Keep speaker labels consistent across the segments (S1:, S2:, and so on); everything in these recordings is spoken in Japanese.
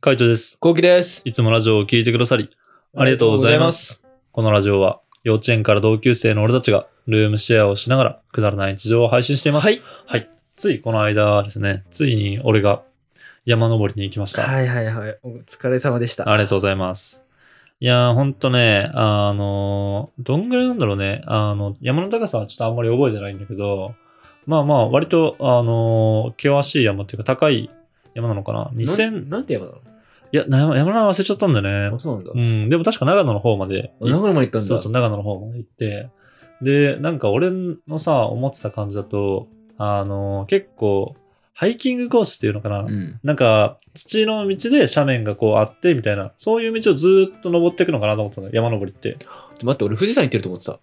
S1: カイトです。
S2: こうきです。
S1: いつもラジオを聞いてくださり、ありがとうございます。このラジオは、幼稚園から同級生の俺たちが、ルームシェアをしながら、くだらない日常を配信しています。
S2: はい。
S1: ついこの間ですね、ついに俺が山登りに行きました。
S2: はいはいはい。お疲れ様でした。
S1: ありがとうございます。いやー、ほんとね、あのー、どんぐらいなんだろうね。あの、山の高さはちょっとあんまり覚えてないんだけど、まあまあ、割と、あのー、険しい山っていうか、高い山なのかな。2000、
S2: ななんて山なの
S1: いや、な山の名前忘れちゃったんだよね
S2: あ、。そうなんだ
S1: う。ん、でも確か長野の方まで
S2: あ長野まで行ったんだ。
S1: そうそう、長野の方まで行って。で、なんか俺のさ、思ってた感じだと、あのー、結構、ハイキングコースっていうのかな。
S2: うん。
S1: なんか、土の道で斜面がこうあって、みたいな、そういう道をずーっと登っていくのかなと思ったんだよ、山登りって。
S2: ちょっと待って、俺富士山行ってると思ってた。あ、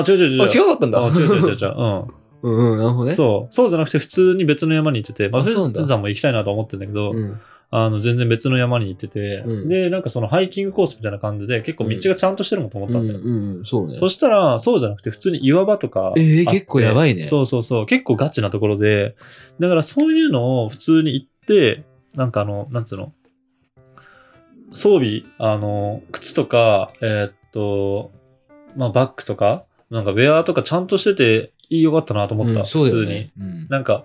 S1: あ、違う違う違う。
S2: 違かったんだ。
S1: あ違う違う違う違う。うん。
S2: うんうん、なる ほどね。
S1: そう。そうじゃなくて、普通に別の山に行ってて、まあ、
S2: あ
S1: 富士
S2: そうなんだ
S1: 富士山も行きたいなと思ってんだけど、
S2: うん。
S1: あの、全然別の山に行ってて、
S2: うん
S1: で、なんかそのハイキングコースみたいな感じで、結構道がちゃんとしてるもんと思っ
S2: うん
S1: た
S2: うん
S1: だよ。
S2: んうん、そうね。
S1: そしたら、そうじゃなくて、普通に岩場とかあって。
S2: えー結構やばいね
S1: そうそうそう。結構ガチなところで、だからそういうのを普通に行って、なんかあの、なんつうの、装備、あの、靴とか、えーっと、まあ、バッグとか、なんかウェアとかちゃんとしてて、いいよかったなと思った。
S2: うんそうだよ
S1: 普通に
S2: ね。。うん
S1: なんか、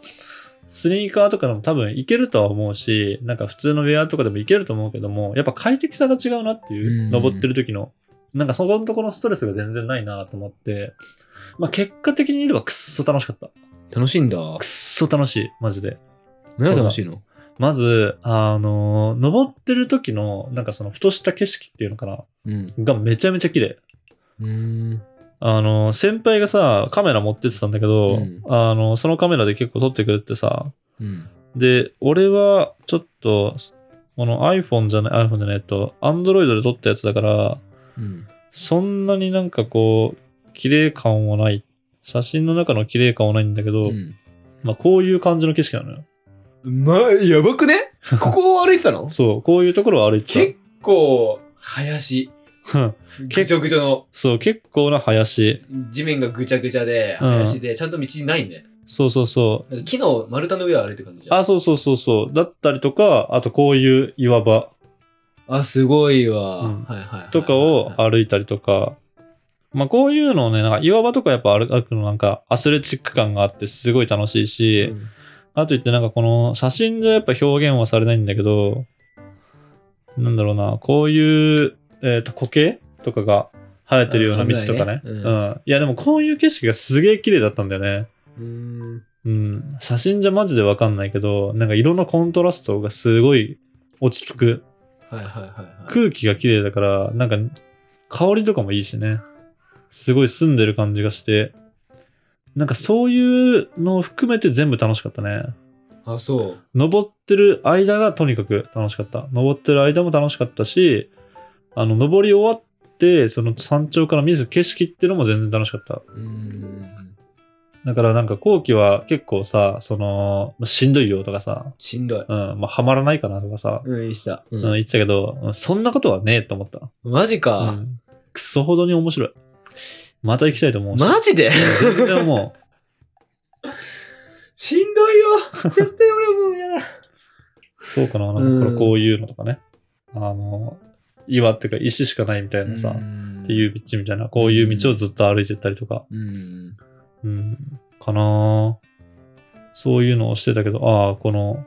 S1: スニーカーとかでも多分いけるとは思うし、なんか普通のウェアとかでもいけると思うけども、やっぱ快適さが違うなっていう、
S2: うん
S1: 登ってる時の。なんかそこのところのストレスが全然ないなと思って、まあ結果的に言えばくっそ楽しかった。
S2: 楽しいんだ。
S1: くっそ楽しい、マジで。
S2: 何が楽しいの
S1: まず、あのー登ってる時の、なんかそのふとした景色っていうのかな、
S2: うん。
S1: がめちゃめちゃ綺麗。
S2: うん。
S1: あの、先輩がさ、カメラ持ってってたんだけど、
S2: うん
S1: あの、そのカメラで結構撮ってくれてさ、
S2: うん。
S1: で、俺は、ちょっと、この iPhone じゃない、iPhone じゃないえっと、Android で撮ったやつだから、
S2: うん。
S1: そんなになんかこう、綺麗感はない。写真の中の綺麗感はないんだけど、
S2: うん
S1: まあこういう感じの景色なのよ。
S2: うまい、やばくねここを歩いてたの
S1: そう、こういうところを歩いて
S2: 結構、林。
S1: た。
S2: ぐちょぐちょの、
S1: そう、結構な林。
S2: 地面がぐちゃぐちゃで、
S1: うん
S2: 林で、ちゃんと道ないね。
S1: そうそうそう。
S2: なんか木の丸太の上を歩いてる感じじゃん。
S1: あ、そうそうそうそう。だったりとか、あとこういう岩場
S2: あ、すごいわ。
S1: うん
S2: はいはいはいはい
S1: とかを歩いたりとか、まあこういうのをね、なんか岩場とかやっぱ歩歩くのなんかアスレチック感があってすごい楽しいし、
S2: うん
S1: あといってなんかこの写真じゃやっぱ表現はされないんだけど、なんだろうな、こういう、えー、と苔とかが生えてるような道とかね。う。
S2: うん危ないねうん
S1: いやでもこういう景色がすげえ綺麗だったんだよね。
S2: うーん
S1: うん。写真じゃマジでわかんないけど、なんか色のコントラストがすごい落ち着く。
S2: はいはいはいはい。
S1: 空気が綺麗だから、なんか香りとかもいいしね。すごい澄んでる感じがして。なんかそういうのを含めて全部楽しかったね。
S2: あ、そう。
S1: 登ってる間がとにかく楽しかった。登ってる間も楽しかったし、あの、登り終わって、その山頂から見る景色っていうのも全然楽しかった。
S2: うーん。
S1: だからなんか後期は結構さ、その、まあしんどいよとかさ、
S2: しんどい。
S1: うん、まあ、ハマらないかなとかさ、
S2: うん、いいっすだ。う
S1: うん、言
S2: ん。
S1: ってたけど、うんそんなことはねえと思った。
S2: マジ
S1: う
S2: か。
S1: んクソほどに面白い。また行きたいと思うし。
S2: マジで
S1: 全然もう。
S2: しん どいよ。絶対俺もう嫌だ。
S1: そうかな、なん
S2: うん。
S1: かこれこういうのとかね。あの、岩っていうか石しかないみたいなさ、っていうう道みたいな、こういう道をずっと歩いてったりとか、
S2: うん。
S1: うん、かなそういうのをしてたけど、ああ、この、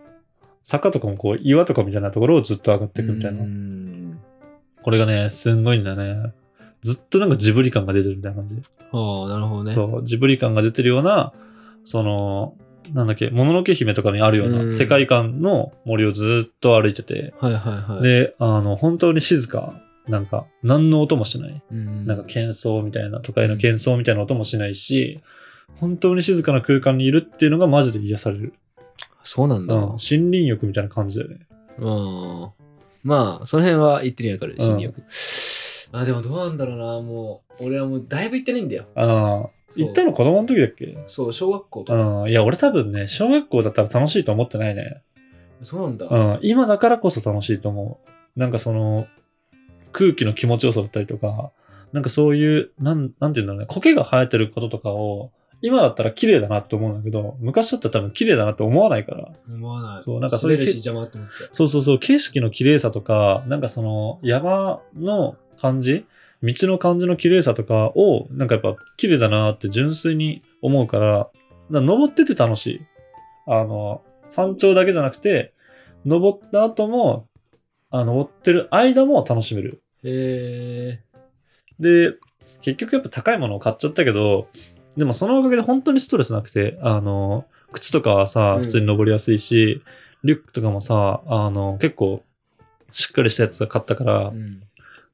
S1: 坂とかもこう岩とかみたいなところをずっと上がっていくみたいうな。
S2: ん
S1: これがね、すんごいんだよね。ずっとなんかジブリ感が出てるみたいな感じ。
S2: ああ、なるほどね。
S1: そう、ジブリ感が出てるような、その、なんだっけ、もののけ姫とかにあるよう
S2: う
S1: なん世界観の森をずっと歩いてて、
S2: はいはいはい。、
S1: で、あの、本当に静か、なんか、何の音もしない。な
S2: な
S1: んか、喧騒みたいな、都会の喧騒みたいな音もしないし、本当に静かな空間にいるっていうのがマジで癒される。
S2: そうなん
S1: うん、
S2: だ。う
S1: 森林浴みたいな感じだよね。
S2: ん。まあ、その辺は行ってるやから、心理学。あ、でもどうなんだろうな。もう、俺はもうだいぶ行ってないんだよ。
S1: ああ、
S2: そう
S1: 行ったの子供の時だっけ
S2: そう、小学校とか。
S1: うん、いや、俺多分ね、小学校だったら楽しいと思ってないね。
S2: そうなんだ。
S1: うん、今だからこそ楽しいと思う。なんかその、空気の気持ちよさだったりとか、なんかそういう、なん、なんていうんだろうね、苔が生えてることとかを、今だったら綺麗だなって思うんだけど、昔だったら多分綺麗だなって思わないから、
S2: 思わない。
S1: そうなんかそういう
S2: 滑るし邪魔と思って。
S1: そうそうそう、景色の綺麗さとか、なんかその山の感じ、道の感じの綺麗さとかを、なんかやっぱ綺麗だなって純粋に思うから、な登ってて楽しい。あの、山頂だけじゃなくて、登った後も、あ登ってる間も楽しめる。
S2: へえ。
S1: で、結局やっぱ高いものを買っちゃったけど、でもそのおかげで本当にストレスなくて、あの、靴とかはさ
S2: う、ん
S1: 普通に登りやすいし、リュックとかもさ、あの、結構、しっかりしたやつ買ったから
S2: う、ん。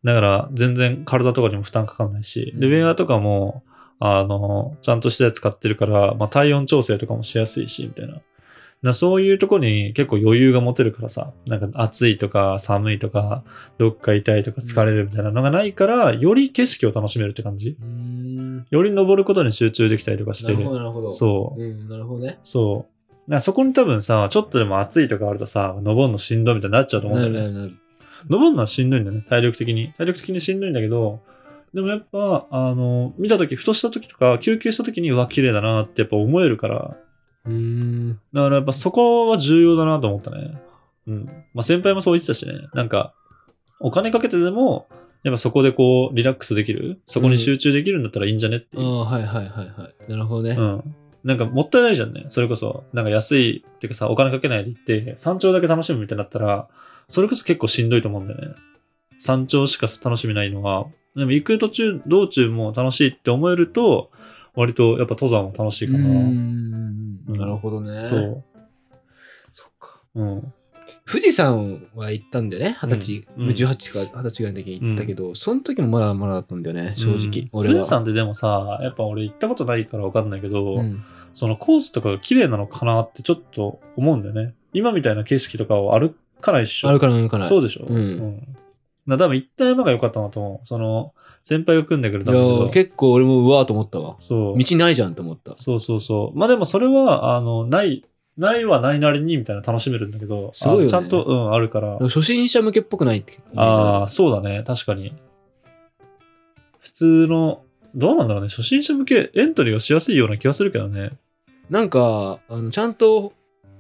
S1: だから全然体とかにも負担かかんないし、で、
S2: う
S1: ウ
S2: ん
S1: ェアとかも、あの、ちゃんとしたやつ買ってるから、まあ、体温調整とかもしやすいし、みたいな。なそういうとこに結構余裕が持てるからさ、なんか暑いとか寒いとか、どっか痛いとか疲れるみたいなのがないから、より景色を楽しめるって感じ
S2: うーん。な
S1: より登ることに集中できたりとかして
S2: るほど、なるほど。
S1: そう。
S2: うん、なるほどね。
S1: そう。だからそこに多分さ、ちょっとでも暑いとかあるとさ、登るのしんどいみたいになっちゃうと思うん
S2: な
S1: だよ
S2: る
S1: ね
S2: な。るなる。
S1: 登るのはしんどいんだよね、体力的に。体力的にしんどいんだけど、でもやっぱ、あの、見たとき、ふとしたときとか、休憩したときに、うわ、綺麗だなってやっぱ思えるから、
S2: うーん。
S1: だからやっぱそこは重要だなと思ったね。うん。まあ先輩もそう言ってたしね、なんか、お金かけてでも、やっぱそこでこう、リラックスできる、そこに集中できるんだったらいいんじゃねって
S2: あ
S1: いう。
S2: あ、はいはいはいはい。なるほど
S1: う
S2: ね。
S1: ん。なんかもったいないじゃんね。それこそ、なんか安いっていうかさ、お金かけないで行って、山頂だけ楽しむみたいになったら、それこそ結構しんどいと思うんだよね。山頂しか楽しみないのは、でも行く途中、道中も楽しいって思えると、割とやっぱ登山も楽し
S2: う
S1: い
S2: ー
S1: かな。
S2: ん。なるほどね。
S1: そ。う。
S2: そっか。
S1: うん。
S2: 富士山は行ったんだよね。二十歳、
S1: うんうん
S2: 18か二十歳ぐらいの時に行ったけど、その時もまだまだだったんだよね、正直。
S1: うん
S2: 俺は。
S1: 富士山ってでもさ、やっぱ俺行ったことないからわかんないけど、
S2: うん
S1: そのコースとかが綺麗なのかなってちょっと思うんだよね。今みたいな景色とかを歩かないっしょ。
S2: あるから、あるから。
S1: そうでしょ
S2: うん
S1: な多分行った山が良かったなと思う。その、先輩が組んでくれ
S2: い
S1: たん
S2: や
S1: だけ
S2: ー
S1: ど。
S2: 結構俺もうわーと思ったわ。
S1: そう。
S2: 道ないじゃんと思った。
S1: そうそうそう。まあでもそれは、あの、ない、ないはないなりにみたいな楽しめるんだけど、
S2: すごいよね
S1: あちゃんと、うん、あるから。
S2: 初心者向けっぽくないって。
S1: ああ、そうだね。確かに。普通の、どうなんだろうね。初心者向けエントリーがしやすいような気がするけどね。
S2: なんか、あのちゃんと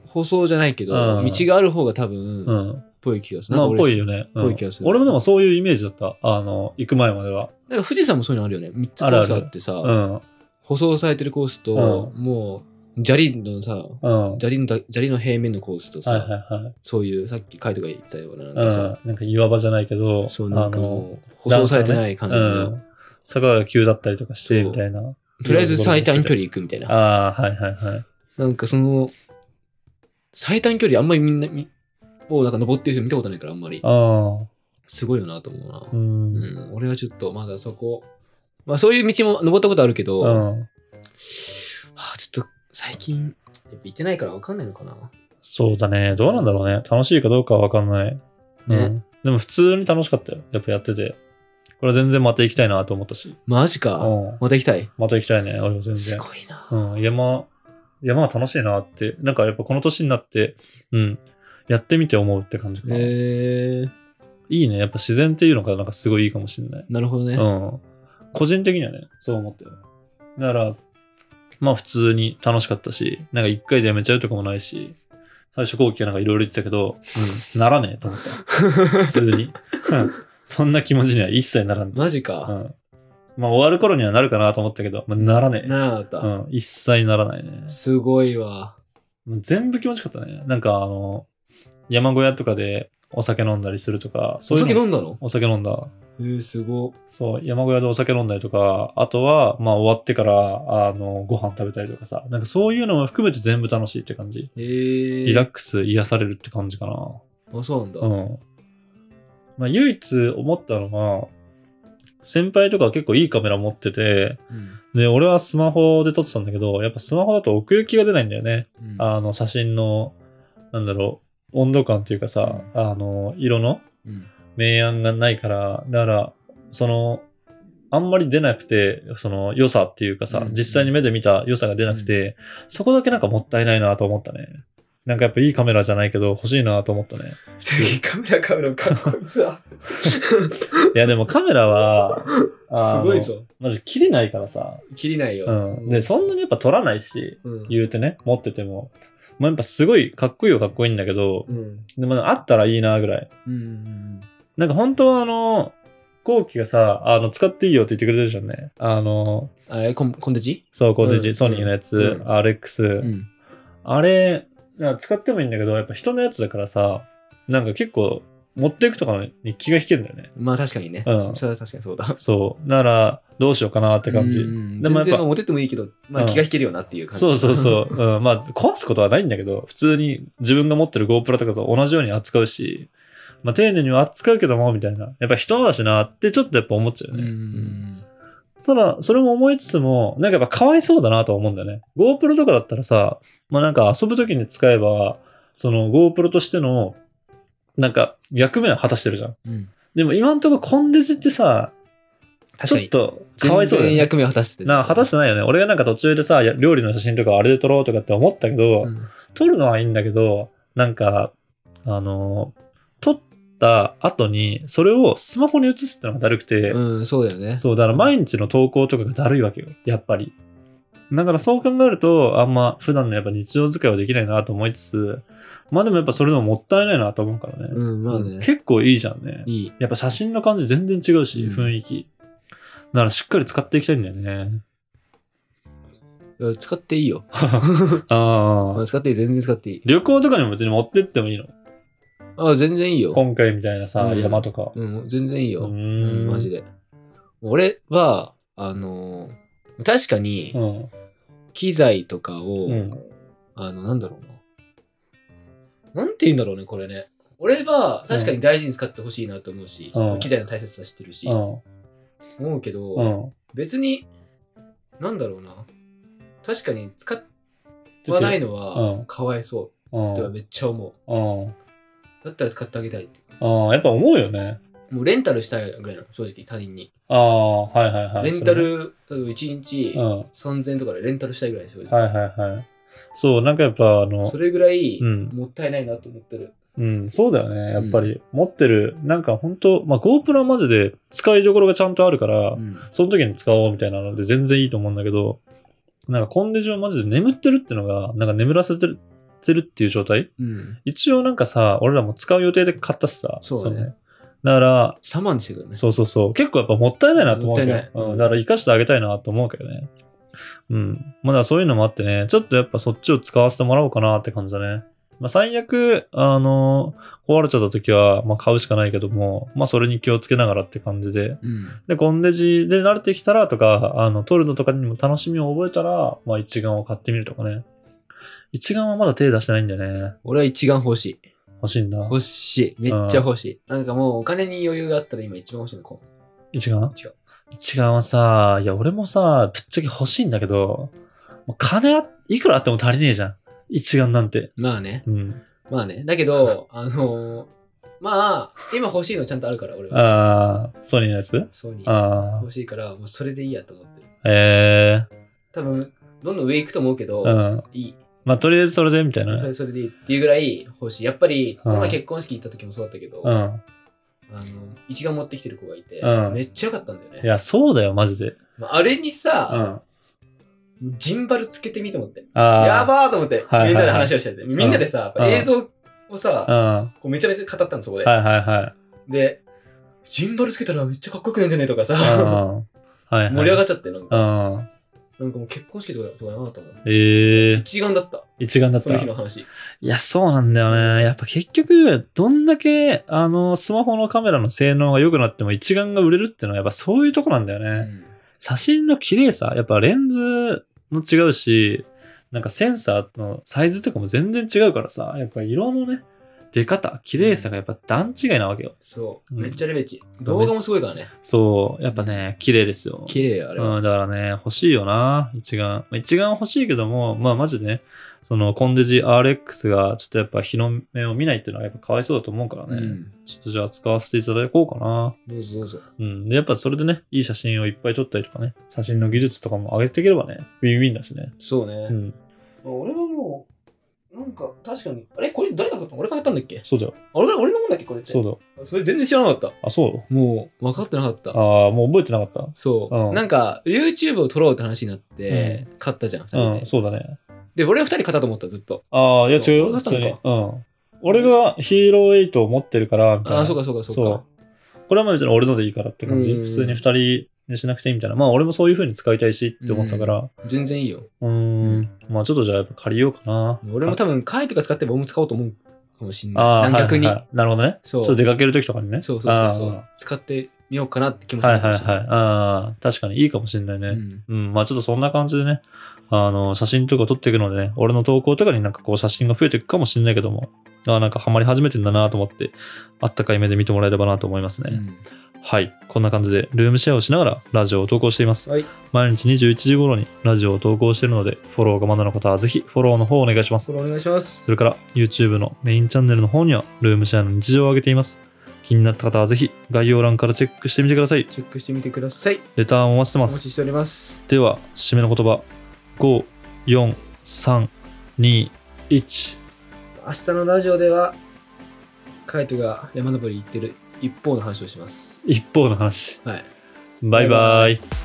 S2: 舗装じゃないけど、
S1: うん
S2: 道がある方が多
S1: う
S2: 分、っ
S1: ん。
S2: ぽい気がする。
S1: まあ、
S2: なんか
S1: ぽ
S2: 俺
S1: いよね。うん
S2: ぽい気がする
S1: 俺もでもそういうイメージだった。あの、行く前までは。
S2: なんか富士山もそういうのあるよね。3つコ
S1: あるあ
S2: ー
S1: る
S2: スあってさ、
S1: うん。
S2: 舗装されてるコースと、
S1: う
S2: もう、砂利のさ、
S1: うん。はい
S2: 砂利のだ砂利の平面のコースとさ、
S1: はいはい。
S2: そういうさっきカイトが言ってたようななんか
S1: うん
S2: さ、、
S1: なんか岩場じゃないけど、
S2: そうなんか
S1: あの
S2: もう舗装されてない感じ
S1: う
S2: の、
S1: ん、坂が急だったりとかして
S2: そう
S1: みたいな。
S2: とりあえず最短距離行くみたいな。
S1: ああ、はいはいはい。
S2: なんかその、最短距離あんまりみんな、みをなんか登ってる人見たことないからあんまり。
S1: ああ、
S2: すごいよなと思うな
S1: う。ん。
S2: う
S1: うん。
S2: ん、俺はちょっとまだそこ、まあそういう道も登ったことあるけど、はあ、ちょっと最近、やっぱ行ってないからわかんないのかな。
S1: そうだね。どうなんだろうね。楽しいかどうかはわかんない。うん。
S2: ね
S1: でも普通に楽しかったよ。やっぱやってて。これ全然また行きたいなと思ったし。
S2: マジ
S1: う
S2: か。
S1: ん。
S2: また行きたい。
S1: また行きたいね。俺も全
S2: す
S1: 然。
S2: ごいな。
S1: うん。山、山は楽しいなって。なんかやっぱこの年になって、うん。やってみて思うって感じかな。
S2: へえー、
S1: いいね。やっぱ自然っていうのがなんかすごいいいかもしれない。
S2: なるほどね。
S1: うん。個人的にはね、そう思ってる。だから、まあ普通に楽しかったし、なんか一回でやめちゃうとかもないし、最初後期はなんかいろいろ言ってたけど、うん、ならねえと思った。普通に。うんそんな気持ちには一切ならん。うん。
S2: マジか。
S1: まあ終わる頃にはなるかなと思ったけど、まあ、ならねえ。
S2: ならなか
S1: うん、
S2: っ
S1: 一切ならないね
S2: た。。すごいわ。
S1: もう全部気持ちよかったね。なんかあの、山小屋とかでお酒飲んだりするとか、そ
S2: お
S1: ういう
S2: 酒
S1: の
S2: 飲んだの
S1: お酒飲んだ。
S2: えー、すご。
S1: そう、山小屋でお酒飲んだりとか、あとは、まあ終わってから、あの、ご飯食べたりとかさ、なんかそういうのも含めて全部楽しいって感じ。
S2: え
S1: リ
S2: ー
S1: ラッ、クス、癒されるって感じかな。
S2: あ、そうなんだ。
S1: うん。まあ唯一思ったのは、先輩とか結構いいカメラ持ってて、
S2: うん
S1: で、俺はスマホで撮ってたんだけど、やっぱスマホだと奥行きが出ないんだよね。
S2: うん
S1: あの、写真の、なんだろう、温度感っていうかさ、あの、色の
S2: うん
S1: 明暗がないから、だから、その、あんまり出なくて、その良さっていうかさ、
S2: うん
S1: 実際に目で見た良さが出なくて、そこだけなんかもったいないなと思ったね。なんかやっぱいいカメラじゃないけど、欲しいなと思ったね。
S2: カメラカメラかっこいいさ。
S1: いや、でもカメラ は、あ
S2: す
S1: の
S2: ごい。ぞ。
S1: マジ、切れないからさ。
S2: 切りないうよ。
S1: ん。で、そんなにやっぱ撮らないし、
S2: うん。
S1: 言うてね、持ってても。まあ、やっぱすごいかっこいいよかっこいいんだけど
S2: う、ん。
S1: でもあったらいいなぐらい。
S2: うん。
S1: なんか本当はあの、後期がさ、あの、使っていいよって言ってくれてるじゃんね。あの、
S2: あれ、コンコンデジ
S1: そう、コーデジ、
S2: うん
S1: ソニーのやつ、
S2: うん
S1: RX、
S2: うん。
S1: あれ、なんか使ってもいいんだけど、やっぱ人のやつだからさ、なんか結構、持っていくとかに気が引けるんだよね。
S2: まあ確かにね。
S1: うん
S2: それは確かにそうだ。っ
S1: そう。なら、どうしようかなって感じ。で
S2: で
S1: も
S2: も
S1: や
S2: や
S1: っ
S2: っ
S1: ぱ
S2: ぱ。モテてもいいけど、まあ気が引けるよなっていう感じ。
S1: そうそうそう。 うん、まあ、壊すことはないんだけど、普通に自分が持ってる GoPro とかと同じように扱うし、まあ、丁寧には扱うけども、みたいな。やっぱ人のだしなって、ちょっとやっぱ思っちゃう
S2: う
S1: ね。
S2: ん。
S1: ただ、それも思いつつも、なんかやっぱかわいそうだなとは思うんだよね。GoPro とかだったらさ、まあなんか遊ぶときに使えば、その GoPro としての、なんか役目を果たしてるじゃん。
S2: うん
S1: でも今んとこコンデジってさ、ち
S2: 確
S1: ょ
S2: か
S1: っ
S2: に。
S1: とかわいそうだよ
S2: 全然
S1: ね。
S2: 役目を果たしてて。
S1: な果たしてないよね。俺がなんか途中でさ、や料理の写真とかあれで撮ろうとかって思ったけど、
S2: うん
S1: 撮るのはいいんだけど、なんか、あの、撮った後に、それをスマホに写すってのがだるくて、
S2: うん、そうだよね。
S1: そう、だから毎日の投稿とかがだるいわけよ、やっぱり。だからそう考えると、あんま普段のやっぱ日常使いはできないなと思いつつ、まあでもやっぱそれでももったいないなと思うからね。
S2: うん、まあね。
S1: 結構いいじゃんね。
S2: いい。
S1: やっぱ写真の感じ全然違うし、
S2: うん
S1: 雰囲気。だからしっかり使っていきたいんだよね。
S2: うん使っていいよ。
S1: あ
S2: う
S1: あ
S2: ん。使っていい、全然使っていい。
S1: 旅行とかにも別に持ってってもいいの
S2: あ、全然いいよ。
S1: 今回みたいなさ、
S2: うん
S1: 山とか。
S2: うん、全然いいうよ。うんん、マジで。俺は、あのー確かに
S1: う、ん。
S2: 機材とかを、
S1: うん。
S2: あの、なんだろうな。なんて言うんだろうね、これね。俺は、確かに大事に使ってほしいなと思うし、
S1: うん
S2: 機材の大切さ知ってるし、
S1: うん。
S2: 思うけど、
S1: うん。
S2: 別に、なんだろうな。確かに使わないの
S1: う
S2: は
S1: ん、
S2: かわいそうう。
S1: ん。
S2: ってはめっちゃ思う。
S1: うん。
S2: だったら使ってあげたいって。
S1: うん。やっぱ思うよね。
S2: もうレンタルしたいぐらいなの、正直、他人に。
S1: ああ、はいはいはい。
S2: レンタ
S1: そ
S2: ル、1日
S1: れね。うん。
S2: 3000円とかでレンタルしたいぐらい、正直。
S1: はいはいはい。そう、なんかやっぱあの
S2: そ、れぐらい、
S1: うん
S2: もったいないなと思ってる。
S1: うん、そうだよね。やっぱり、持ってる、なんか本当まあ GoPro はマジで使いどころがちゃんとあるから、その時に使おうみたいなので全然いいと思うんだけど、なんかコンデジはマジで眠ってるってのが、なんか眠らせてる。てるっていう状態
S2: うん。
S1: 一応なんかさ、俺らも使う予定で買ったしさ。
S2: そうだね
S1: のだから、
S2: 3万してくるね。
S1: そうそうそう。結構やっぱもったいないなと思うけど。
S2: もったいない
S1: うん。だから生かしてあげたいなと思うけどね。うん。まあだからそういうのもあってね、ちょっとやっぱそっちを使わせてもらおうかなって感じだね。まあ最悪、あの、壊れちゃった時は、まあ買うしかないけども、まあそれに気をつけながらって感じで。
S2: うん。
S1: で、コンデジで慣れてきたらとか、あの、撮るのとかにも楽しみを覚えたら、まあ一眼を買ってみるとかね。一眼はまだ手出してないんだよね。
S2: 俺は一眼欲しい。
S1: 欲しいんだ。
S2: 欲しい。めっちゃ欲しい。なんかもうお金に余裕があったら今一番欲しいのこう。
S1: 一眼
S2: 違う
S1: 一眼はさ、いや、俺もさ、ぶっちゃけ欲しいんだけど、もう金あいくらあっても足りねえじゃん。一眼なんて。
S2: まあね。
S1: うん。
S2: まあね。だけど、あのーまあ、今欲しいのちゃんとあるから、俺は。
S1: あー、ソニーのやつ
S2: そうに。
S1: あー
S2: 欲。しいから、もうそれでいいやと思ってる。
S1: ええ
S2: 多分、どんどん上行くと思うけど、
S1: うん。
S2: いい。
S1: まあ、とりあえずそれで、みたいな。
S2: そうれそれでいいっていうぐらい欲しい。やっぱり、
S1: うん
S2: この前結婚式行った時もそうだったけど、あ
S1: ん。
S2: の一眼持ってきてる子がいて、
S1: うん
S2: めっちゃ良かったんだよ
S1: い
S2: ね。
S1: や、そうだよ、マジで。
S2: まああれに
S1: うん。
S2: さ、
S1: あ
S2: ジンバルつけてみと思って。
S1: ー。
S2: やばーと思って、
S1: はいはいはい
S2: みんなで話をしてて、みんなでさ、
S1: うん
S2: 映像をさ、
S1: うん。
S2: こうめちゃめちゃ語ったの、そこで。
S1: はいはいはい。
S2: で、ジンバルつけたらめっちゃかっこよくないんじゃねとかさ、
S1: うん。はいはい。
S2: 盛り上が
S1: っ
S2: っちゃって、なん
S1: う
S2: か、
S1: ん。
S2: なんかもう結婚式とかとかやなと思う。
S1: ええ
S2: 一眼だった、
S1: 一眼だった
S2: その日の話。
S1: いや、そうなんだよね。やっぱ結局、どんだけ、あの、スマホのカメラの性能が良くなっても一眼が売れるっていうのはやっぱそういうとこなんだよね。
S2: うん
S1: 写真の綺麗さ、やっぱレンズも違うし、なんかセンサーのサイズとかも全然違うからさ、やっぱ色のね、出方、綺麗さがやっぱ段違いなわけよ。
S2: そう、
S1: うん
S2: めっちゃレベチ。動画もすごいからね。
S1: そう、やっぱね、綺麗ですよ。
S2: 綺麗よ、あれは。
S1: うん、だからね、欲しいよな、一眼。まあ一眼欲しいけども、まあマジでね、そのコンデジ RX がちょっとやっぱ日の目を見ないっていうのはやっぱかわいそうだと思うからね、
S2: うん
S1: ちょっとじゃあ使わせていただこうかな。
S2: どうぞどうぞ。
S1: うん、でやっぱそれでね、いい写真をいっぱい撮ったりとかね、写真の技術とかも上げていければね、ウィンウィンだしね。
S2: そ
S1: う
S2: うね。
S1: ん。
S2: まあ俺はもう、なんか、確かに。あれこれ誰が買ったの俺が買ったんだっけ
S1: そうだよ。
S2: 俺が、俺のもんだっけこれって。
S1: そうだよ。
S2: それ全然知らなかっ
S1: あ、そう
S2: た。もう、分かってなかった。
S1: ああ、もう覚えてなかっ
S2: そう、
S1: うん
S2: なんか、YouTube を撮ろうって話になって、買ったじゃん、二
S1: た。
S2: 人
S1: う
S2: で
S1: ん、そうだね。
S2: で、俺は二人買ったと思った、ずっと。
S1: ああ、いや
S2: そ
S1: 違うよ。
S2: う俺が
S1: 普
S2: 買
S1: 通
S2: ったの
S1: に
S2: か。
S1: うん。俺がヒーロー8を持ってるから、みたい
S2: あ
S1: な。
S2: あ、そうかそうかそうか。
S1: これはまあ別に俺のでいいからって感じ。
S2: うん
S1: 普通に二人にしなくていいみたいな。まあ俺もそういう風に使いたいしって思ってたから。
S2: 全然いいよ。
S1: うーん。んまあちょっとじゃあやっぱ借りようかな。
S2: 俺も多分、貝とか使っても俺も使おうと思うかもしん
S1: あ
S2: な
S1: あ、
S2: い。逆に、
S1: はいはいはいなるほどね。
S2: そう
S1: ちょっと出かけるときとかにね。
S2: そうそうそうそ
S1: あ
S2: う。使ってみようかなって気持ち
S1: あは
S2: に
S1: い
S2: な
S1: はい
S2: る
S1: は
S2: か
S1: い
S2: もしれない。。
S1: ああ、確かにいいかもしれないね。
S2: うん
S1: うん、まあちょっとそんな感じでね、あの、写真とか撮っていくのでね、俺の投稿とかになんかこう写真が増えていくかもしれないけども、あなんかハマり始めてんだなと思って、あったかい目で見てもらえればなと思いますね。
S2: うん
S1: はい、こんな感じでルームシェアをしながらラジオを投稿しています。
S2: はい
S1: 毎日21時頃にラジオを投稿しているので、フォローがまだの方はぜひフォローの方をお願いします。
S2: それお願いします。
S1: それから YouTube のメインチャンネルの方にはルームシェアの日常を上げています。気になった方はぜひ概要欄からチェックしてみてください。
S2: チェックしてみてください。
S1: レターもお待ちして
S2: お
S1: ます
S2: 待。ちしております。
S1: では締めの言葉54321
S2: 明日のラジオでは、カイトが山登り行ってる一方の話をします。
S1: 一方の話
S2: はい。
S1: バイバイ